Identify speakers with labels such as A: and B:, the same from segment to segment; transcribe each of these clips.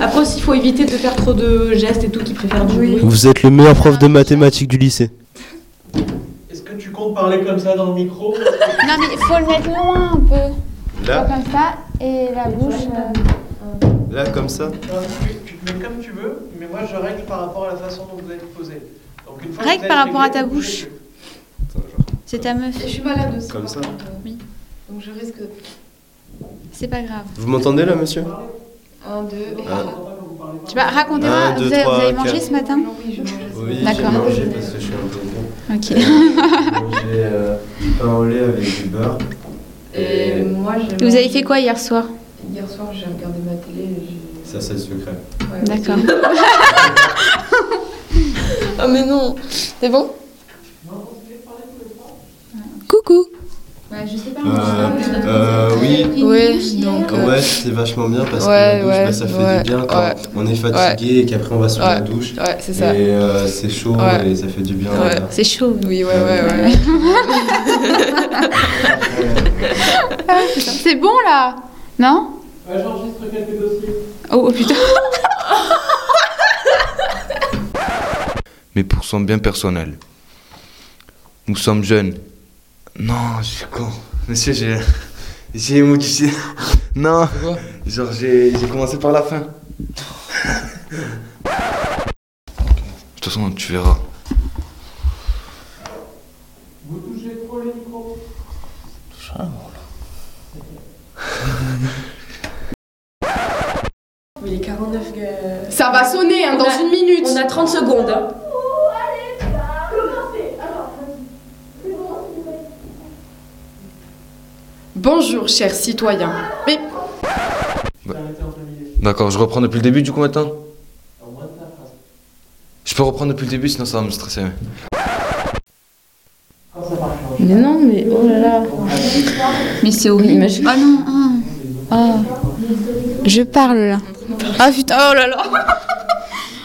A: Après aussi, il faut éviter de faire trop de gestes et tout qui préfèrent du bruit.
B: Vous êtes le meilleur prof de mathématiques du lycée.
C: Est-ce que tu comptes parler comme ça dans le micro
D: Non, mais faut le mettre loin un peu. Pas
E: Là,
D: Comme ça, et la bouche. euh,
E: là, comme ça.
C: Non, tu, tu te mets comme tu veux, mais moi je règle par rapport à la façon dont vous êtes posé. Donc, une fois que
D: Règle
C: vous êtes
D: par rapport à
C: réglé,
D: ta
C: vous
D: bouche.
C: bougez
D: C'est ta meuf.
F: Je suis malade aussi.
E: Comme
F: par
E: ça.
F: contre.
D: Oui.
F: Donc je risque
D: C'est pas grave.
E: Vous m'entendez là, monsieur
F: 1, 2, et
E: Ah.
D: Tu vas racontez-moi,
E: Un,
D: vous,
E: deux,
D: avez, vous
E: trois,
D: avez mangé
E: quatre.
D: ce matin
F: Oui, je mange.
E: Oui, j'ai
D: D'accord.
E: mangé parce que je suis un peu con.
D: Ok.
E: J'ai mangé euh, du pain au lait avec du beurre.
F: Et moi, j'ai
D: Vous
F: mangé-
D: avez fait quoi hier soir
F: Hier soir, j'ai regardé ma télé. et j'ai-
E: Ça, c'est le secret.
F: Ouais,
D: D'accord.
F: Ah, mais non
D: C'est bon Coucou
F: Ouais, Bah, Je sais pas.
E: Euh,
F: moi, je-
E: euh, oui.
D: Oui, donc. euh,
E: Ouais, c'est vachement bien parce
D: Ouais,
E: que la douche,
D: ouais,
E: bah, ça fait
D: ouais,
E: du bien quand
D: ouais.
E: on est fatigué et qu'après on va sous la douche.
D: Ouais, c'est
E: Et
D: ça.
E: euh, c'est chaud
D: Ouais.
E: et ça fait du bien.
D: Ouais,
E: là.
D: c'est chaud. Oui, ouais, ouais.
E: ouais,
D: c'est bon là Non
C: Ouais, j'enregistre quelques dossiers.
D: oh, oh, putain.
G: mais pour son bien personnel. Nous sommes jeunes. Non, je suis con. Monsieur, j'ai. J'ai modifié. Non. Genre, j'ai j'ai commencé par la fin. De toute façon, tu verras.
C: Vous touchez trop les micros.
F: Il est 49 gars.
H: Ça va sonner hein, dans
A: On a-
H: une minute.
A: On a 30 secondes. hein.
H: Bonjour, chers citoyens. Mais
C: T'as arrêté en plein milieu.
G: D'accord, je reprends depuis le début du coup maintenant
C: Au moins de ta phrase.
G: Je peux reprendre depuis le début, sinon ça va me stresser.
C: Quand ça part, je
I: Mais non, mais oh là là.
D: Mais c'est horrible.
I: Mais je-
D: Oh non, ah. Oh. Je parle là. Ah putain, oh là là.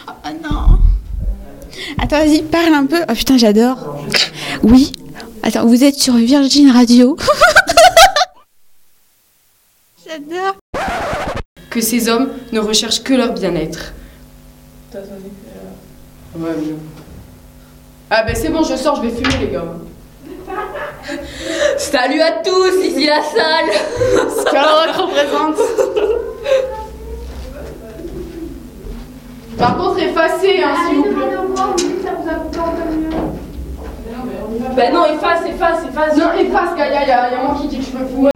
D: Oh non. Attends, vas-y, parle un peu. Oh putain, j'adore. Oui. Attends, vous êtes sur Virgin Radio. j'adore.
H: que ces hommes ne recherchent que leur bien-être.
A: euh.
H: Ouais, mais non. Ah ben c'est bon, je sors, je vais fumer les gars.
A: Salut à tous, ici la salle.
H: Skyrock représente. Par contre, effacez, hein, s'il vous plaît.
A: Bah non, efface, efface, efface.
H: Non, efface, Gaïa, y'a y a moi qui dit que je me fous.